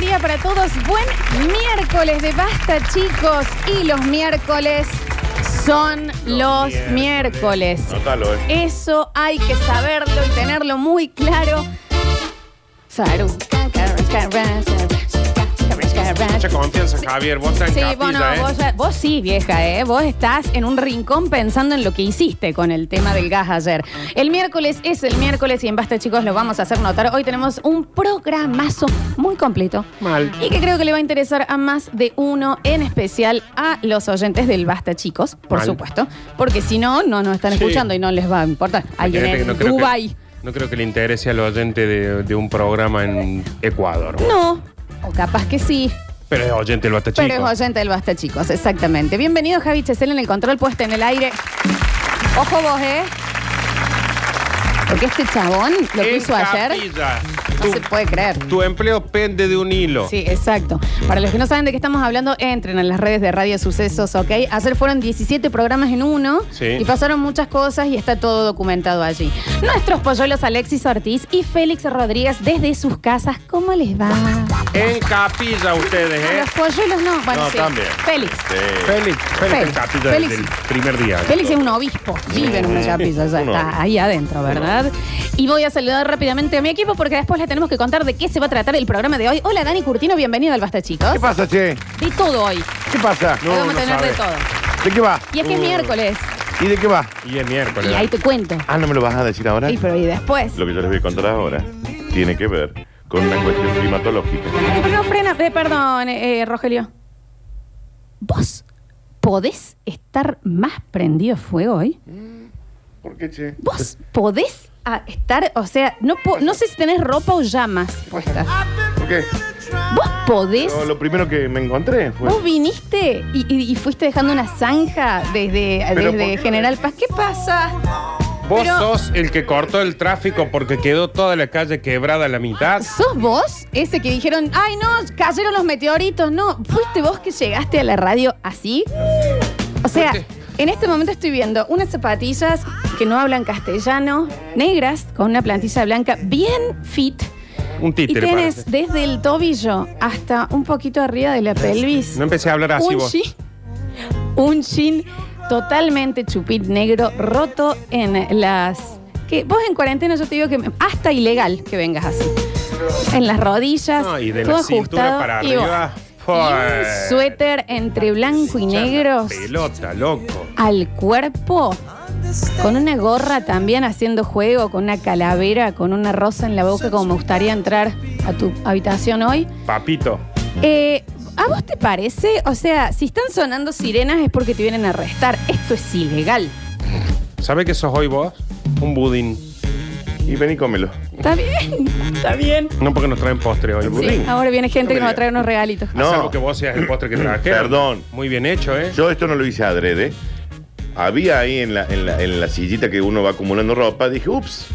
día para todos. Buen miércoles de basta, chicos. Y los miércoles son los, miércoles. Notalo, eh. Eso hay que saberlo y tenerlo muy claro. Saru. Mucha confianza, Javier. Vos estás en Sí, capilla, vos no, ¿eh? vos, ya- vos sí, vieja, ¿eh? Vos estás en un rincón pensando en lo que hiciste con el tema del gas ayer. El miércoles es el miércoles y en basta, chicos, lo vamos a hacer notar. Hoy tenemos un programazo muy completo. Mal. Y que creo que le va a interesar a más de uno, en especial a los oyentes del Basta, chicos, por Mal. supuesto. Porque si no, no nos están Sí. escuchando y no les va a importar. Alguien Imagínate que en no creo que- Dubái. no creo que le interese al oyente de, de un programa en Ecuador. No. O capaz que sí. Pero es oyente el batachico. Pero es oyente del Basta, chicos, exactamente. Bienvenido, Javi Chesel, en el control puesto en el aire. Ojo vos, ¿eh? Porque este chabón lo que En hizo ayer capilla. no se puede creer. Tu, tu empleo pende de un hilo. Sí, exacto. Para los que no saben de qué estamos hablando, entren en las redes de Radio Sucesos, ¿ok? Ayer fueron 17 programas en uno Sí. y pasaron muchas cosas y está todo documentado allí. Nuestros polluelos Alexis Ortiz y Félix Rodríguez desde sus casas, ¿cómo les va? En capilla ustedes, A ¿eh? los polluelos no, bueno, No, sí. también. Félix. Félix, Félix, Félix, en capilla Félix. desde el primer día. Félix es un obispo, vive en una capilla, ya Un está obispo. ahí adentro, ¿verdad? Y voy a saludar rápidamente a mi equipo porque después les tenemos que contar de qué se va a tratar el programa de hoy. Hola Dani Curtino, bienvenido al Basta Chicos. ¿Qué pasa, che? De todo hoy, ¿Qué pasa? No, vamos a no tener de sabes. todo. ¿De qué va? Y es que es Uh. miércoles, ¿Y de qué va? Y es miércoles. y ahí te cuento. Ah, ¿no me lo vas a decir ahora? Y pero y después. Lo que yo les voy a contar ahora tiene que ver con una cuestión climatológica. Eh, pero no frena, eh, perdón, eh, eh, Rogelio. ¿Vos podés estar más prendido fuego hoy? ¿Por qué, che? ¿Vos podés ah, estar, o sea, no, po- no sé si tenés ropa o llamas puestas? ¿Por qué? ¿Vos podés? No, lo primero que me encontré fue... Vos viniste y, y- y fuiste dejando una zanja desde, Pero desde por- General Paz. ¿Qué pasa? Vos Pero- sos el que cortó el tráfico porque quedó toda la calle quebrada a la mitad. ¿Sos vos ese que dijeron, ay no, cayeron los meteoritos? No, ¿fuiste vos que llegaste a la radio así? O sea, Fuiste. en este momento estoy viendo unas zapatillas que no hablan castellano, negras, con una plantilla blanca, bien fit. Un Ah, Y títere. tenés parece. desde el tobillo hasta un poquito arriba de la pelvis. No empecé a hablar así un vos. jean, un jean totalmente chupit negro, roto en las. Que vos en cuarentena yo te digo que me- hasta ilegal que vengas así. En las rodillas, No, y de todo la cintura ajustado, para y vos- arriba. y un pues, suéter entre blanco y hinchar la negro Pelota, loco. al cuerpo. Con una gorra también haciendo juego, con una calavera, con una rosa en la boca, como me gustaría entrar a tu habitación hoy. Papito. Eh, ¿A vos te parece? O sea, si están sonando sirenas es porque te vienen a arrestar. Esto es ilegal. ¿Sabe qué sos hoy vos? Un budín. Y vení, cómelo. Está bien, está bien. No porque nos traen postre hoy. Sí. Sí, Budín. ahora viene gente No me que nos va a digas. traer unos regalitos. No. Salvo que vos seas el postre que trajeron. Perdón. Muy bien hecho, ¿eh? Yo esto no lo hice adrede. Había ahí en la, en la, en la sillita que uno va acumulando ropa, dije, ups,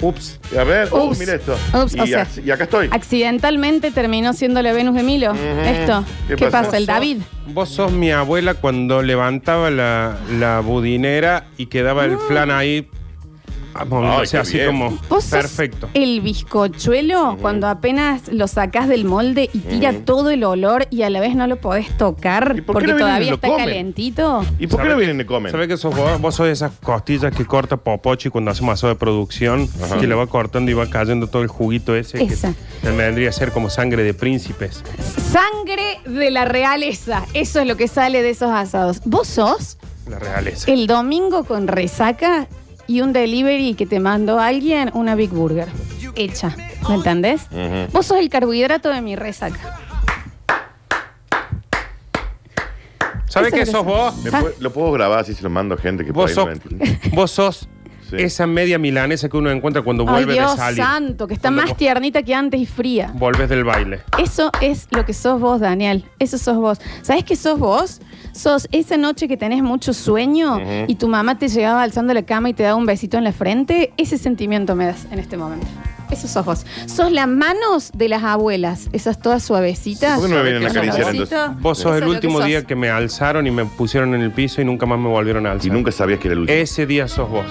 Ups. a ver, oh, Ups. mira esto. Ups, y, o sea- ac- y acá estoy. Accidentalmente terminó siendo la Venus de Milo. Esto. ¿Qué, ¿Qué pasa? pasó? El David. Vos sos mi abuela cuando levantaba la, la budinera y quedaba el flan ahí. ah, moviéndose qué así bien. como. ¿Vos sos Perfecto. el bizcochuelo cuando apenas lo sacás del molde y tira todo el olor y a la vez no lo podés tocar ¿Y por porque qué no vienen y todavía lo está comen? calentito? ¿Y por qué no vienen y comen? ¿Sabés que sos vos? Vos sos esas costillas que corta Popochi cuando hace mazo de producción, que le va cortando y va cayendo todo el juguito ese. Esa. Que vendría a ser como sangre de príncipes. Sangre de la realeza. Eso es lo que sale de esos asados. Vos sos La realeza. el domingo con resaca y un delivery que te mandó alguien una Big Burger. Hecha. ¿Me entendés? Vos sos el carbohidrato de mi resaca. ¿Sabés Eso qué es sos lo que vos? ¿Me pu- lo puedo grabar si se lo mando a gente que por Vos ahí no sos, me entiende? vos sos Sí. esa media milanesa que uno encuentra cuando Ay, vuelve Dios de salir. santo, que está Cuando más vos tiernita que antes y fría. Volves del baile. Eso es lo que sos vos, Daniel. Eso sos vos. ¿Sabés qué sos vos? Sos esa noche que tenés mucho sueño y tu mamá te llegaba alzando la cama y te daba un besito en la frente. Ese sentimiento me das en este momento. Eso sos vos. Sos las manos de las abuelas, esas todas suavecitas. ¿Por qué no me vienen a Esos acariciar besitos. entonces? Vos sos Eso es el lo último sos. día que me alzaron y me pusieron en el piso y nunca más me volvieron a alzar. Eh, Y nunca sabías que era el último. Ese día sos vos.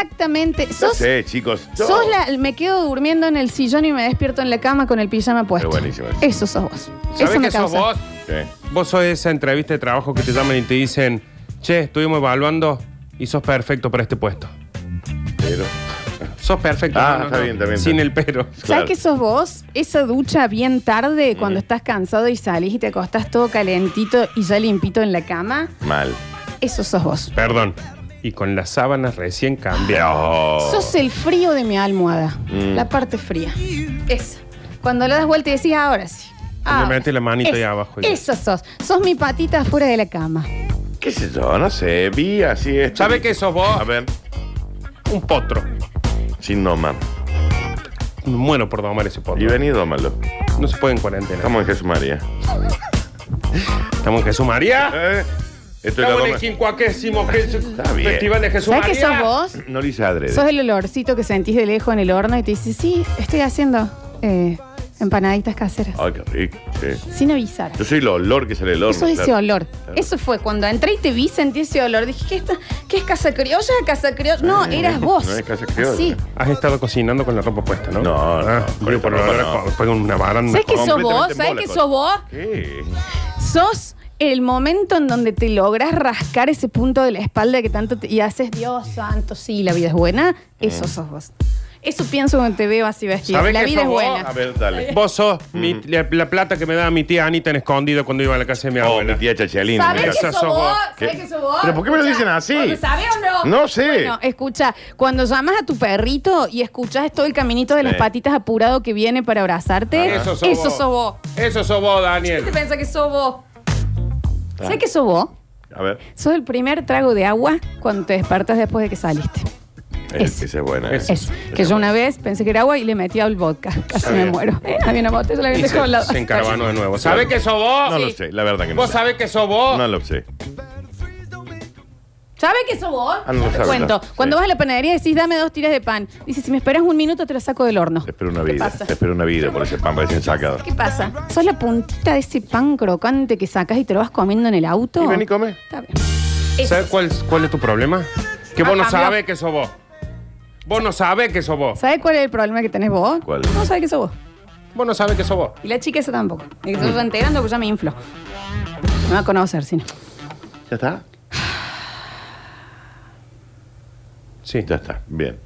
Exactamente. No Sos, sé, chicos. Yo- sos la- me quedo durmiendo en el sillón y me despierto en la cama con el pijama puesto. Pero buenísimo eso. Eso sos vos. ¿Sabés Eso qué me sos causa. vos? Sí. Vos sos esa entrevista de trabajo que te llaman y te dicen, che, estuvimos evaluando y sos perfecto para este puesto. Pero. Sos perfecto. Ah, está bien, está bien, está Sin bien. el pero. ¿Sabes Claro. qué sos vos? Esa ducha bien tarde cuando estás cansado y salís y te acostás todo calentito y ya limpito en la cama. Mal. Eso sos vos. Perdón. Y con las sábanas recién cambiadas. Pero. Sos el frío de mi almohada. Oh. Mm. La parte fría. Esa. Cuando le das vuelta y decís, "Ah, ahora sí. Cuando ahora". mete la manito ahí Esa. abajo. Esa sos. Sos mi patita afuera de la cama. ¿Qué sé yo? No sé. Vi así es. ¿Sabe qué sos vos? A ver. Un potro. Sin nomar. Me Muero por domar ese potro. Y vení, dómalo. No se puede en cuarentena. Estamos en Jesús María. Estamos en Jesús María. ¿Eh? Esto es la Estamos en doma. el quincuagésimo Ah, Está bien. festival de Jesús ¿Sabes María. qué sos vos? No lo hice adrede. Sos el olorcito que sentís de lejos en el horno y te dices, sí, estoy haciendo eh, empanaditas caseras. Ay, qué rico. Sí. Sin avisar. Yo soy el olor que sale del horno. Eso es ese claro. olor. Eso fue cuando entré y te vi, sentí ese olor. Dije, ¿qué, esta- qué es casa criolla? Casa criolla. No, Eh, eras vos. no es casa criolla. Sí. Has estado cocinando con la ropa puesta, ¿no? No, no, Ah, con digo, esta por lo ropa menos no. co- pego una baranda. ¿Sabes qué sos Mm, Completamente vos? en ¿Sabes bola, qué sos Cori. vos? ¿Qué? Sos el momento en donde te logras rascar ese punto de la espalda que tanto te- y haces, Dios santo, sí, la vida es buena. Mm. Eso sos vos. Eso pienso cuando te veo así vestido. ¿Sabés La qué vida es sos vos? buena. A ver, dale. Vos sos Mm. mi- la, la plata que me daba mi tía Anita en escondido cuando iba a la casa de mi Oh, abuela. mi tía Chachalina. ¿Sabés Esa que sos sos vos? vos. ¿Sabés ¿Qué? que sos vos? ¿Pero por qué me lo Escuchá, dicen así? ¿vos lo sabés o no? No sé. Bueno, escucha, cuando llamas a tu perrito y escuchas todo el caminito de las Sí. patitas apurado que viene para abrazarte, Ah, Eso sos vos. vos. Eso sos vos, ¿Qué te Daniel. pensás que sos vos? ¿Sabés que sos vos? A ver. Sos el primer trago de agua cuando te despertas después de que saliste. Es, Ese. esa es buena. eh. Ese. Es que yo una vez pensé que era agua y le metí al vodka. Casi me bien. muero. Eh, Había una botella, la Y había dejado al se, lado. se encarvanó de nuevo. ¿Sabés que sos vos? No lo Sí. sé, la verdad que no. ¿Vos sé. sabés que sos vos? No lo sé. ¿Sabes qué sos vos? Ah, no lo Yo te sabe, cuento. no. Sí. Cuando vas a la panadería decís, dame dos tiras de pan. Dice, si me esperas un minuto te lo saco del horno. Te espero una ¿Qué vida. pasa? Te espero una vida por ese pan recién sacado. ¿Qué pasa? ¿Sos la puntita de ese pan crocante que sacas y te lo vas comiendo en el auto? Y ven y come. Está bien. ¿Sabés cuál, es- cuál es tu problema? Que Ah, vos no cambió. sabés que sos vos. Vos no sabés que sos vos. ¿Sabes cuál es el problema que tenés vos? ¿Cuál? No sabés que sos vos. Vos no sabés que sos vos. Y la chica esa tampoco. Y que se Mm. va enterando que ya me inflo. Me va a conocer, sí. ¿Ya está? Sí. Ya está. Bien.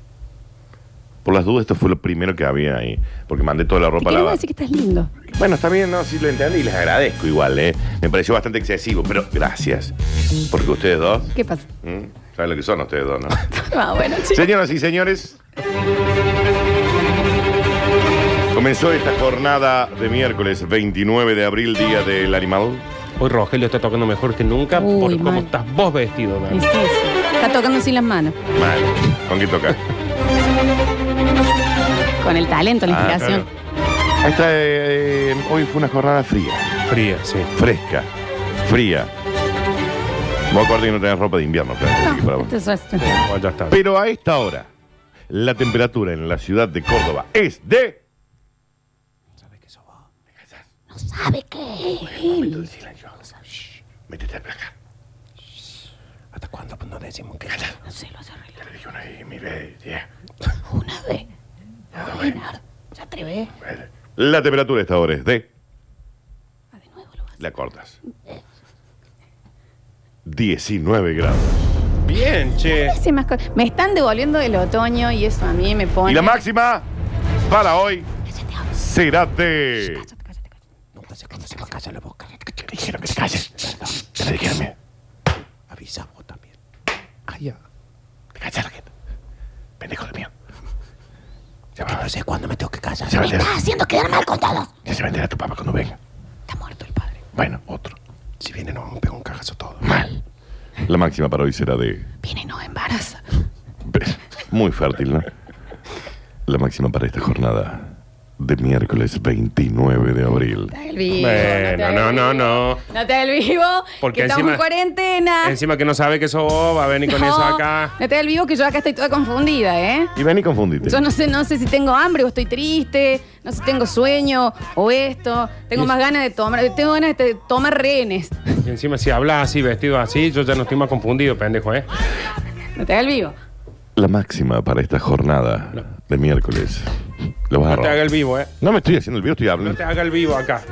Por las dudas, esto fue lo primero que había ahí. Porque mandé toda la Te ropa a queremos lavar. decir que estás lindo. Bueno, está bien, no, sí lo entendí y les agradezco igual, ¿eh? Me pareció bastante excesivo, pero gracias. Porque ustedes dos, ¿Qué pasa? ¿m? ¿saben lo que son ustedes dos, no? Ah, bueno, chicos. Señoras y señores, comenzó esta jornada de miércoles 29 de abril, Día del Animal. Hoy Rogelio está tocando mejor que nunca Uy, por cómo mal. estás vos vestido, Dani. Es eso. Está tocando sin las manos. Mal, ¿con qué toca? Con el talento, la Ah, inspiración. Esta, eh, hoy fue una jornada fría, Fría, sí. fresca, fría. Vos acordé que no tenés ropa de invierno, pero, para vos. Esto es esto. Oh, ya está. Pero a esta hora, la temperatura en la ciudad de Córdoba es de... ¿Sabe qué? Momento del silencio. Shh. Métete al placar. ¿Hasta cuándo no decimos que No sé, lo hace arreglar. Te lo dije una vez, mil veces, ya. Una vez. Ah, Leonardo, ya te ve. La temperatura a esta hora es de... Ah, De nuevo lo hace. La cortas. 19 grados. Bien, che. Hace más co- Me están devolviendo del otoño y eso a mí me pone. Y la máxima para hoy Cállate, ahora. será de... Cállate, cállate, cállate. Nunca se conoce más calla la boca. Quiero que te calles. Te calles. Avisa vos también. Ah, Allá. Te calles, Raquel. Pendejo de mío. Ya No va. sé cuándo me tengo que callar. Se va a enterar. haciendo quedar mal con todos. Ya se va a enterar tu papá cuando venga. Está muerto el padre. Bueno, otro. Si viene, nos vamos a pegar un cagazo todo. Mal. La máxima para hoy será de... Viene y nos embaraza. Muy fértil, ¿no? La máxima para esta jornada de miércoles 29 de abril. Está el vivo. te Bueno, hagas no, el vivo. no, no. No te hagas el vivo. Porque que estamos encima- en cuarentena. Encima que no sabe que sos vos, va a venir con No, eso acá. No te hagas el vivo que yo acá estoy toda confundida, ¿eh? Y ven y confundite. Yo no sé, no sé si tengo hambre o estoy triste, no sé si tengo sueño o esto, tengo Y- más ganas de tomar, tengo ganas de tomar rehenes. Y encima si hablas así, vestido así, yo ya no estoy más confundido, pendejo, ¿eh? No te hagas el vivo. La máxima para esta jornada de miércoles. Lo vas No te a robar. haga el vivo, ¿eh? No me estoy haciendo el video, estoy No hablando. te haga el vivo acá.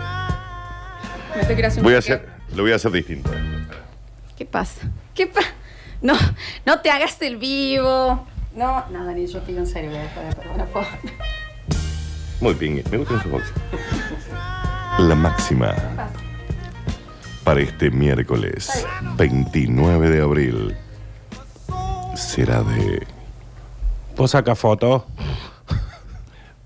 Me estoy haciendo Voy a un- hacer, lo voy a hacer distinto. ¿Qué pasa? ¿Qué pasa? No, no te hagas el vivo. No, no, Dani, yo pido en serio. voy a dejar de perder una foto. Muy pingue. Me gustan sus boxes. La máxima para este miércoles 29 de abril será de Vos saca foto.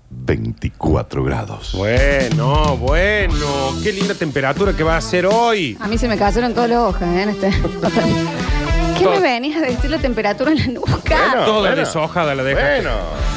24 grados. Bueno, bueno. Qué linda temperatura que va a hacer hoy. A mí se me cayeron todas las hojas, ¿eh? En este. ¿Qué me venías a decir la temperatura en la nuca? Bueno. Toda deshojada la deja. Bueno,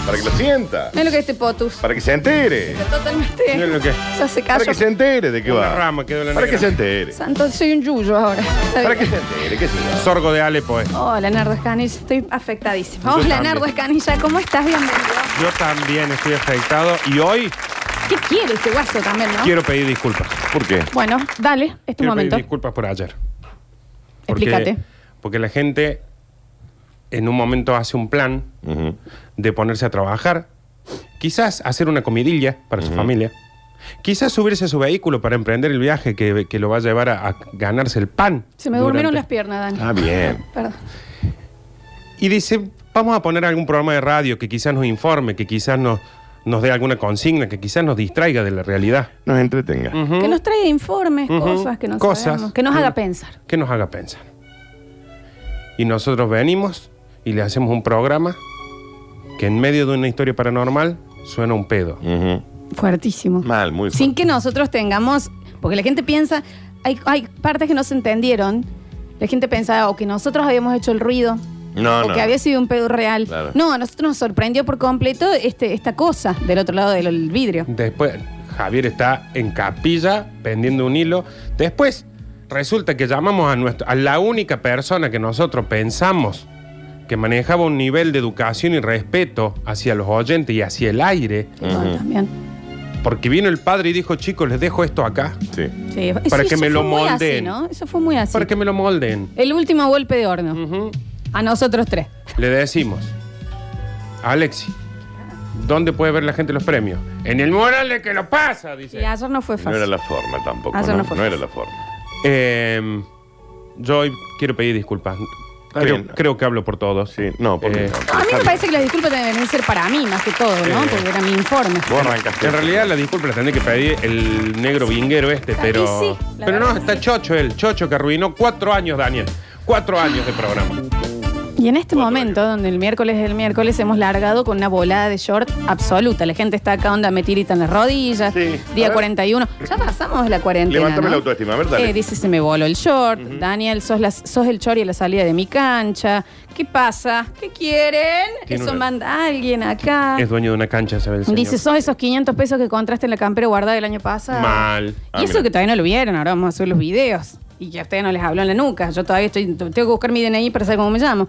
para que lo sienta. Mira lo que es este potus. Para que se entere. Totalmente. Mira lo que- Ya se Para cayó. que se entere de qué Una va. rama quedó la para que negra. se entere. Santo, soy un yuyo ahora. Está Para que bien. se entere, qué sé yo. Sorgo de Alepo, eh. Hola, Nardo Escanilla. Estoy afectadísima. Yo Hola, también. Nardo Escanilla. ¿Cómo estás? Bienvenido. Yo también estoy afectado y hoy ¿Qué quiere este guaso también, no? quiero pedir disculpas. ¿Por qué? Bueno, dale, es tu Quiero momento. pedir disculpas por ayer. Explícate. Porque la gente en un momento hace un plan Ujú. de ponerse a trabajar, quizás hacer una comidilla para su familia, quizás subirse a su vehículo para emprender el viaje que, que lo va a llevar a, a ganarse el pan. Se me durante- durmieron las piernas, Dani. Ah, bien. Perdón. Y dice, vamos a poner algún programa de radio que quizás nos informe, que quizás nos, nos dé alguna consigna, que quizás nos distraiga de la realidad. Nos entretenga. Que nos traiga informes, Ujú. cosas que no Cosas. sabemos, Que nos haga Mm. pensar. que nos haga pensar. Y nosotros venimos y le hacemos un programa que en medio de una historia paranormal suena un pedo. Mm. Ujú. Fuertísimo. Mal, muy Sin que nosotros tengamos... Porque la gente piensa... Hay, hay partes que no se entendieron. La gente pensaba o que nosotros habíamos hecho el ruido. No, o no. que había sido un pedo real. Claro. No, a nosotros nos sorprendió por completo este, esta cosa del otro lado del vidrio. Después, Javier está en capilla pendiendo un hilo. Después, resulta que llamamos a, nuestro, a la única persona que nosotros pensamos que manejaba un nivel de educación y respeto hacia los oyentes y hacia el aire, Sí, bueno, también. porque vino el padre y dijo, chicos, les dejo esto acá, Sí. Sí, eso- Para eso que me fue lo muy así, moldeen. ¿no? Eso fue muy así. para que me lo molden. El último golpe de horno. Ujú. A nosotros tres. Le decimos, Alexi, ¿dónde puede ver la gente los premios? En el mural de que lo pasa, Y dice. ayer no fue No fácil. era la forma tampoco. Ah, eso no, no fue No era fácil. la forma. Eh, yo hoy quiero pedir disculpas. Creo, bien. creo que hablo por todos. Sí, no, porque Eh, no, pero A mí está me bien. parece que las disculpas deben ser para mí más que todo, ¿no? Sí. Porque era mi informe. Vos arrancaste. En realidad la disculpa la tendré que pedir el negro vinguero este, pero... sí, la pero no, verdad está Chocho, el Chocho que arruinó cuatro años, Daniel. Cuatro años de programa. Y en este momento, donde el miércoles es el miércoles, hemos largado con una volada de short absoluta. La gente está acá, onda, me tirita en las rodillas. Sí. A Día ver. 41. Ya pasamos la cuarentena. Levántame ¿no? la autoestima, a ver, dale. Eh, dice, se me voló el short. Daniel, sos, las- sos el chori a la salida de mi cancha. ¿Qué pasa? ¿Qué quieren? Tiene Eso una- manda alguien acá. Es dueño de una cancha, ¿sabes? el señor? Dice, sos esos 500 pesos que contraste en la campera guardada del año pasado. Mal. y Ah, eso mira. que todavía no lo vieron, ahora vamos a subir los videos. Y que a ustedes no les hablo en la nuca. Yo todavía estoy, tengo que buscar mi DNI para saber cómo me llamo.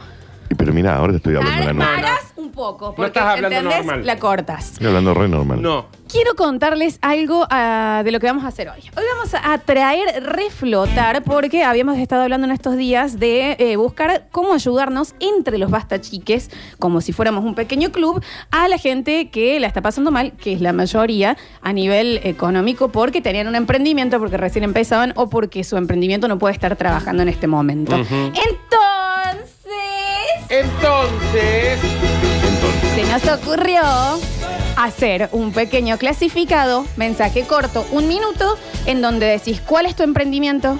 Y Pero mira, ahora te estoy hablando de la Ahora norma. paras un poco, porque estás hablando ¿entendés? normal. La cortas. Estoy hablando re normal. No. Quiero contarles algo ah, de lo que vamos a hacer hoy. Hoy vamos a traer reflotar porque habíamos estado hablando en estos días de eh, buscar cómo ayudarnos entre los bastachiques, como si fuéramos un pequeño club, a la gente que la está pasando mal, que es la mayoría a nivel económico, porque tenían un emprendimiento, porque recién empezaban o porque su emprendimiento no puede estar trabajando en este momento. Entonces... Entonces... Se nos ocurrió hacer un pequeño clasificado, mensaje corto, un minuto, en donde decís cuál es tu emprendimiento,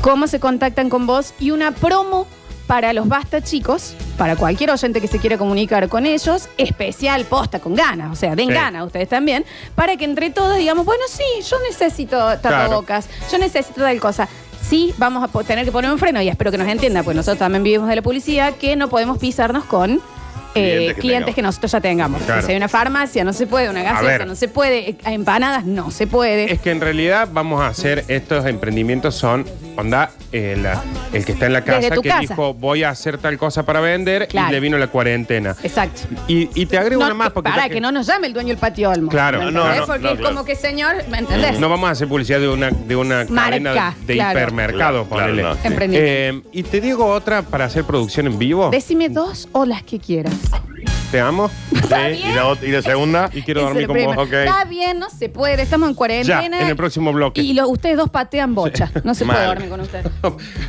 cómo se contactan con vos y una promo para los basta chicos, para cualquier oyente que se quiera comunicar con ellos, especial posta con ganas, o sea, den Sí. ganas ustedes también, para que entre todos digamos, bueno, sí, yo necesito tapabocas, yo necesito tal cosa. Sí, vamos a po- tener que poner un freno y espero que nos entienda, pues nosotros también vivimos de la publicidad, que no podemos pisarnos con eh, Clientes que clientes que nosotros ya tengamos. Claro. Si hay una farmacia, no se puede, una gaseosa, ver. no se puede, eh, empanadas, no se puede. Es que en realidad vamos a hacer estos emprendimientos son Onda, el, el que está en la Desde casa tu que casa. dijo, voy a hacer tal cosa para vender Claro. y le vino la cuarentena. Exacto. Y, y te agrego No, una más porque. para ya que, no nos llame el dueño del patio Olmo. Claro, Mm, ¿Me no, entendés? no, Porque no, es claro. como que señor, ¿me entendés? no vamos a hacer publicidad de una, de una Marca, cadena de claro. hipermercados, Claro, ponele. claro, no, sí. Emprendimiento. Eh, y te digo otra para hacer producción en vivo. Decime dos o las que quieras. Te amo. Sí, y, la, ot- y la segunda. Y quiero Esa dormir es con la vos. primera. ok. Está bien, no se puede, estamos en Ya, cuarentena. en el próximo bloque. Y lo- ustedes dos patean bocha. No se puede Mal. dormir con ustedes.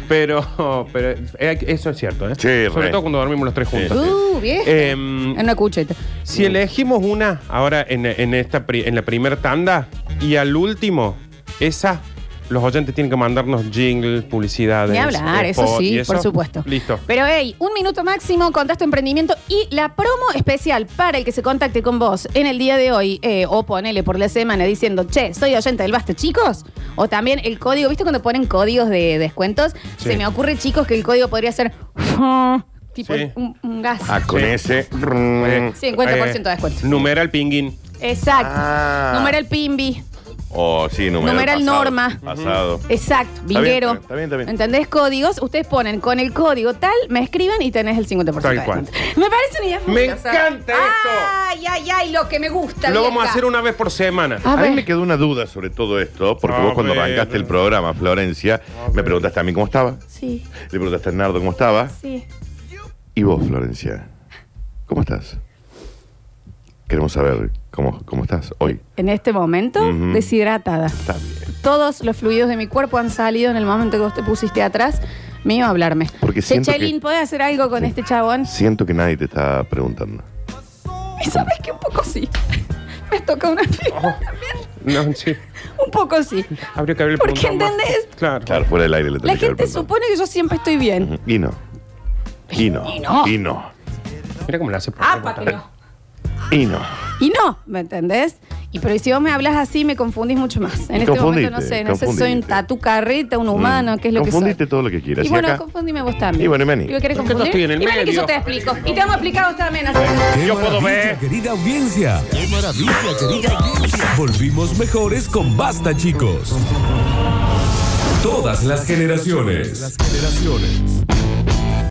pero, pero eh, eso es cierto, ¿eh? Sí, Sobre re. todo cuando dormimos los tres juntos. Uh, viejo. Em, en una cucheta. Si elegimos una ahora en, en esta pri- en la primera tanda y al último, esa, los oyentes tienen que mandarnos jingles, publicidades. Ni hablar, eso spot sí, y por supuesto. Listo. Pero hey, un minuto máximo, contacto emprendimiento y la promo especial para el que se contacte con vos en el día de hoy, eh, o ponele por la semana diciendo, che, soy oyente del Basta, chicos. O también el código, ¿viste cuando ponen códigos de descuentos? Sí. Se me ocurre, chicos, que el código podría ser tipo Sí. un, un gas. Ah, con Sí. ese. Mm. Eh, 50% de descuento. Numeral pinguín. Exacto. Ah. Número el Pimbi. Oh, sí, numeral. Numeral pasado, norma. Pasado. Exacto, bien, vinguero. está bien, está bien. ¿Entendés códigos? Ustedes ponen con el código tal, me escriben y tenés el 50% de Tal cual. descuento. Me parece una idea Me fabulosa. encanta esto. Ay, ay, ay, lo que me gusta. Lo vamos a vieja. hacer una vez por semana. Ah. A, A mí ver. me quedó una duda sobre todo esto, porque A vos cuando ver. arrancaste el programa, Florencia, me preguntaste a mí cómo estaba, Sí, le preguntaste a Nardo cómo estaba, sí. y vos, Florencia, ¿cómo estás? Queremos saber cómo, cómo estás hoy. En este momento, Ujú. deshidratada. Está bien. Todos los fluidos de mi cuerpo han salido en el momento que vos te pusiste atrás mío a hablarme. Porque Che, siento que- Chelín, ¿podés hacer algo con este chabón? Siento que nadie te está preguntando. Y sabes que un poco sí. me toca una fibra. No, sí. Un poco sí. Habría que abrir el ¿Por qué punto más. entendés? Claro. Claro, fuera del aire le La tenés que gente haber preguntado. supone que yo siempre estoy bien. Ujú. Y no. Y no. Y no. Y no. Mira cómo le hace. por Ah, favor, pa' que también. no. Y no. Y no, ¿me entendés? Y pero si vos me hablas así, me confundís mucho más. En este Confundite, momento no sé, no sé si soy un confundite. tatu carreta, un humano, Mm. qué es lo que soy. Confundite todo lo que quieras. Y Y bueno, acá- confundime vos también. Y bueno, y vení. ¿Y vos querés Es que no confundir? estoy en el y vení que yo te medio. explico. Y te vamos a explicar vos también. así. ¡Qué Yo puedo maravilla, ver. querida audiencia! ¡Qué maravilla, querida audiencia! Volvimos mejores con Basta, chicos. Todas las generaciones. Las generaciones.